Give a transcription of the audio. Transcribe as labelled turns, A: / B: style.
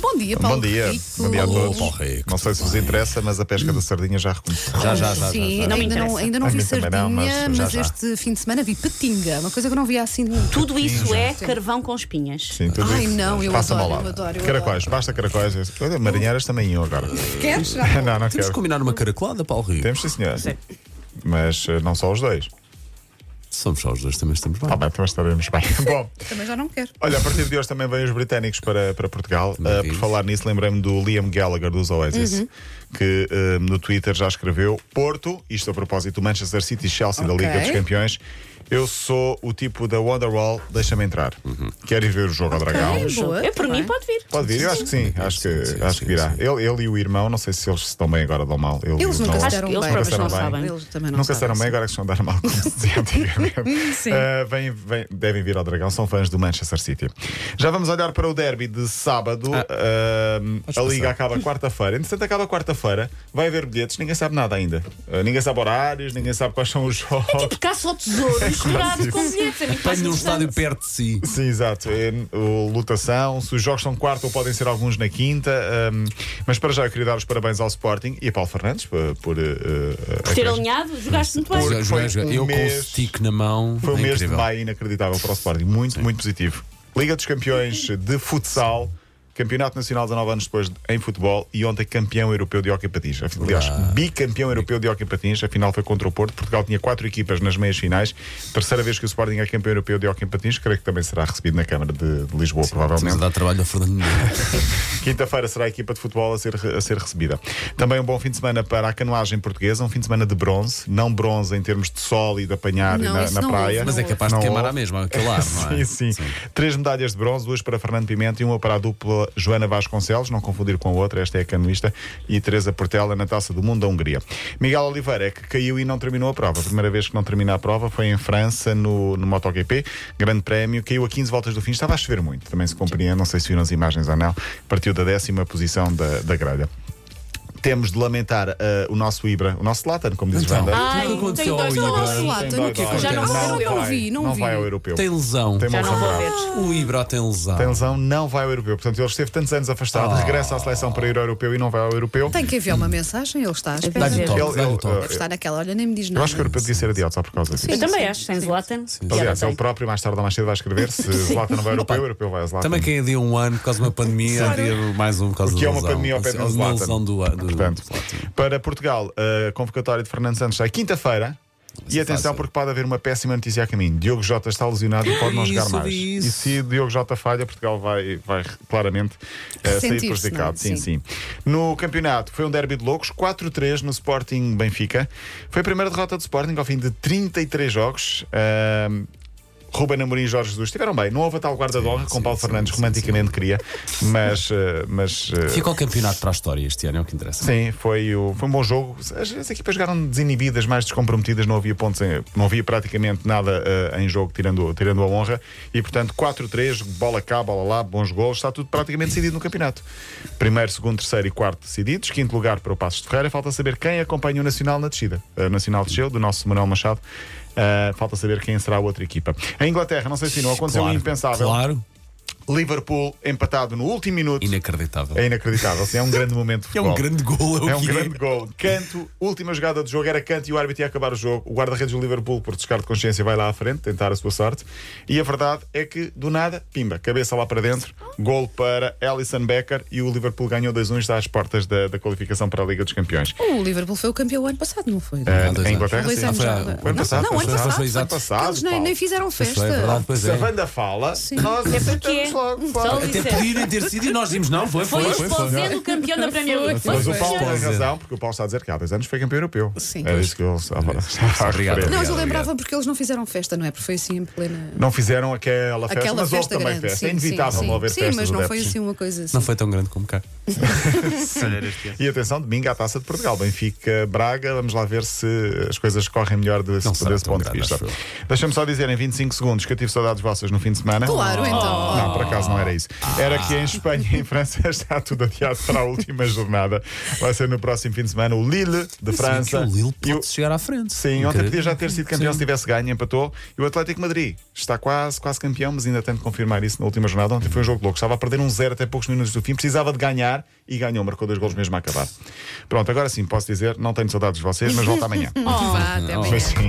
A: Bom dia, Paulo
B: Bom dia.
A: Rico.
B: Bom dia a
A: Alô,
B: todos.
C: Paulo Rico,
B: não sei se vos interessa, mas a pesca da sardinha já recomeçou.
C: Já, já, já.
A: Sim,
C: já, já.
D: Não me
A: ainda, não,
D: interessa.
A: ainda não
B: A
A: vi
B: mim
A: sardinha,
B: também não, mas
A: mas,
B: já, já.
A: este fim de semana vi patinga, uma coisa que eu não via assim.
D: Tudo isso é
A: Sim.
D: carvão com espinhas.
B: Sim, tudo
A: Ai,
B: isso.
A: não, eu
B: Passa-me
A: adoro,
B: ao lado.
A: eu adoro, eu
B: Caracóis, basta caracóis. Olha, Marinheiras também iam agora.
A: Queres?
B: Não, não
C: Temos que
B: quero.
C: combinar uma caracolada, Paulo Rio.
B: Temos, sim, senhor.
D: Sim.
B: Mas eh, não só os dois.
C: Somos só os dois, também estamos bem.
B: Tá bem, também estaremos bem. Bom.
A: Também já não quero.
B: Olha, a partir de hoje também vêm os britânicos para, para Portugal.
C: Também
B: Ah,
C: vi
B: por
C: isso.
B: falar nisso, lembrei-me do Liam Gallagher dos Oasis,
A: Uhum.
B: que ah, no Twitter já escreveu Porto, isto a propósito do Manchester City e Chelsea da
A: Ok.
B: Liga dos Campeões. Eu sou o tipo da Wonderwall, deixa-me entrar.
C: Uhum.
B: Quero ir ver o jogo ao Dragão.
A: Boa,
D: Eu, por
A: também.
D: mim, pode vir.
B: Pode vir, eu acho que sim, acho que,
C: Sim, sim,
B: acho que
C: sim,
B: virá.
C: sim.
B: Ele, ele e o irmão, não sei se eles se estão bem agora ou dão mal. Ele e o
A: Eles nunca
B: irmão.
A: se
D: Acho
A: deram
D: que eles
A: bem.
D: próprios
B: Nunca
D: não
B: se deram bem.
D: sabem.
A: Eles também não
B: Nunca se deram bem,
A: sabem.
B: agora é que se vão dar mal, como se dizia antigamente.
A: Sim.
B: Ah, vêm- vêm- devem vir ao Dragão, são fãs do Manchester City. Já vamos olhar para o derby de sábado. Ah, a liga acaba quarta-feira. Entretanto, acaba quarta-feira. Vai haver bilhetes, ninguém sabe nada ainda. Ah, ninguém sabe horários, ninguém sabe quais são os jogos.
D: Tipo, caça ao tesouro, misturado com bilhetes. É muito mais
C: Tenho um
D: interessante.
C: estádio perto de si.
B: Sim, exato. É, o, lutação, se os jogos são quarta ou podem ser alguns na quinta. ahm, mas para já eu queria dar os parabéns ao Sporting e a Paulo Fernandes por, por, eh, eh,
D: Por ter alinhado, jogaste muito bem.
B: Porque
C: Joga- joga-
B: foi um
C: Eu com o
B: mês-
C: stick na mão.
B: Foi um
C: é
B: mês
C: incrível.
B: de maio inacreditável para o Sporting. Muito, muito positivo. Liga dos Campeões de Futsal. Campeonato Nacional 19 anos depois em futebol e ontem campeão europeu de hóquei em patins. Aliás,
C: Ah,
B: bicampeão europeu de hóquei em patins, a final foi contra o Porto. Portugal tinha quatro equipas nas meias finais. Terceira vez que o Sporting é campeão europeu de hóquei em patins, creio que também será recebido na Câmara de, de Lisboa,
C: Estamos a
B: provavelmente.
C: dar trabalho ao Fernando Mendes.
B: Quinta-feira será a equipa de futebol a ser, a ser recebida. Também um bom fim de semana para a canoagem portuguesa, um fim de semana de bronze, não bronze em termos de sol e de apanhar
A: Não,
B: na,
A: isso
B: na
A: não
B: praia.
A: houve,
C: Mas é
A: Não,
C: capaz
B: não
C: de queimar
B: houve.
C: à mesma, aquele ar, não é?
B: Sim, sim, Três medalhas de bronze, duas para Fernando Pimenta e uma para a dupla Joana Vasconcelos, não confundir com a outra, esta é a canoista, e Teresa Portela na Taça do Mundo da Hungria. Miguel Oliveira é que caiu e não terminou a prova. A primeira vez que não termina a prova foi em França, no, no MotoGP, grande prémio, caiu a 15 voltas do fim, estava a chover muito, também se compreende, não sei se viram as imagens ou não, partiu da décima posição da, da grelha. Temos de lamentar eh, o nosso Ibra, o nosso Latan, como diz o
C: Então, Ah,
B: Vander.
D: Ah, Ai,
C: o que aconteceu ao
D: tem dois Sim,
A: Olá,
C: Ibra?
A: Solata,
B: Tem dó,
A: não quero.
B: dó.
A: Já não,
C: Não
A: eu não
B: vai,
A: vi, não, vi.
B: vai ao europeu.
C: Tem lesão.
B: Tem
D: Já não vou
B: Monsanto.
D: ver.
C: O Ibra tem lesão.
B: Tem lesão, não vai ao europeu. Portanto, ele esteve tantos anos afastado,
C: Ah.
B: regressa à seleção para ir ao europeu e não vai ao europeu.
A: Tem que enviar uma mensagem, ele está à espera.
C: Dá-lhe um toque,
B: Ele-
C: dá-lhe um
B: ele- eh,
C: toque.
A: Deve estar naquela, olha, nem me diz
B: então, Eu
A: nada.
B: acho que o europeu devia ser adiado só por causa disso.
D: Eu também
A: sim,
D: acho, sem
A: sim.
D: Zlatan.
B: Aliás, é um ele próprio mais tarde ou mais cedo vai escrever se Zlatan não vai ao europeu, o europeu vai a Zlatan.
C: Também quem adia um ano por causa de uma pandemia, adia mais um por causa
B: O que
C: da
B: é uma
C: lesão.
B: pandemia ao pé de um
C: Ou uma
B: Zlatan.
C: lesão do, do,
B: Portanto,
C: do Zlatan.
B: para Portugal, a convocatória de Fernando Santos sai quinta-feira. E
C: é
B: atenção,
C: fácil.
B: porque pode haver uma péssima notícia a caminho. Diogo Jota está lesionado e pode não
C: Isso,
B: jogar mais.
C: isso.
B: E se Diogo Jota falha, Portugal vai, vai claramente eh, sair
A: Ressentir-se, não é?
B: prejudicado. Sim,
A: Sim.
B: sim. No campeonato, foi um derby de loucos, 4-3 no Sporting Benfica. Foi a primeira derrota do Sporting ao fim de 33 jogos. Ahm, Ruben Amorim e Jorge Jesus estiveram bem. Não houve a tal guarda de honra, como
C: sim,
B: Paulo
C: sim,
B: Fernandes
C: sim,
B: romanticamente queria, mas. eh, mas eh,
C: Fica o campeonato para a história este ano, é o que interessa.
B: Sim, foi, o- foi um bom jogo. As, as equipas jogaram desinibidas, mais descomprometidas, não havia pontos, em- não havia praticamente nada eh, em jogo, tirando, tirando a honra. E portanto, 4-3, bola cá, bola lá, bons gols, está tudo praticamente decidido no campeonato. Primeiro, segundo, terceiro e quarto decididos. Quinto lugar para o Passos de Ferreira. Falta saber quem acompanha o Nacional na descida. Eh, O Nacional desceu, do nosso Manuel Machado. Eh, falta saber quem será a outra equipa. A Inglaterra, não sei se não aconteceu o impensável.
C: Claro,
B: Liverpool empatado no último minuto.
C: inacreditável.
B: É inacreditável, sim, é um grande momento. de
C: É um
B: futebol.
C: grande gol, é o
B: É um
C: que é.
B: grande gol. Canto, última jogada do jogo era canto e o árbitro ia acabar o jogo. O guarda-redes do Liverpool, por descarte de consciência, vai lá à frente tentar a sua sorte. E a verdade é que, do nada, pimba, cabeça lá para dentro, gol para Alisson Becker e o Liverpool ganhou 2-1 e está às portas da, da qualificação para a Liga dos Campeões.
A: O Liverpool foi o campeão ano passado, não foi?
B: Eh,
C: há dois
B: em
C: anos.
B: Inglaterra,
A: Dois
B: sim.
A: anos
C: foi
A: já.
C: há-
A: Não,
B: ano passado,
A: Não, ano
B: foi-
A: passado.
C: foi
A: foi-
B: passado,
A: Eles nem,
B: Paulo.
A: nem fizeram
C: Isso
A: festa.
C: é verdade, pois
B: Se a
C: é.
B: banda fala, nós
D: É porque
B: aceitamos
D: é.
B: logo.
D: Só
B: claro.
D: o
C: Até podirem ter sido e nós dizemos não, foi,
D: Foi
C: foi, foi.
D: explosando o campeão da Premier League.
A: Foi,
B: Mas o
A: foi.
B: Paulo tem
C: Pois é.
B: razão, porque o Paulo está a dizer que há dois anos foi campeão europeu.
A: Sim.
B: Era isso que eu estava estava a
C: Obrigado.
B: referir.
A: Não, mas eu
C: Obrigado,
A: lembrava
C: obrigado.
A: porque eles não fizeram festa, não é? Porque foi assim em plena.
B: Não fizeram aquela festa,
A: Aquela
B: mas houve
A: festa
B: também
A: grande.
B: festa.
A: sim,
B: é inevitável
A: sim, sim.
B: haver
A: Sim,
B: festa.
A: mas
B: do
A: não
B: Depth.
A: foi assim uma coisa assim.
C: Não foi tão grande como cá.
B: E atenção, domingo à taça de Portugal. Benfica, Braga, vamos lá ver se as coisas correm melhor de, se
C: Não será
B: desse
C: tão
B: ponto de
C: grande,
B: vista.
C: acho
B: Deixa-me só dizer em 25 segundos que eu tive saudades vossas no fim de semana. Ah.
A: Claro, então.
B: Não, por acaso não era isso. Era que
C: Ah.
B: em Espanha e em França está tudo adiado para a última jornada. Vai ser no próximo fim de semana o Lille de França.
C: é o Lille
B: e
C: pode chegar à frente.
B: Sim, ontem
C: Incrível.
B: podia já ter sido campeão
C: Sim.
B: se tivesse ganho, empatou. E o Atlético Madrid está quase, quase campeão, mas ainda tem de confirmar isso na última jornada. Ontem foi um jogo louco. Estava a perder um zero até poucos minutos do fim, precisava de ganhar e ganhou, marcou dois golos mesmo a acabar. Pronto, agora sim, posso dizer, não tenho saudades de vocês, mas volto amanhã.
A: Vá, até
C: Oh.
A: amanhã.
B: Foi sim.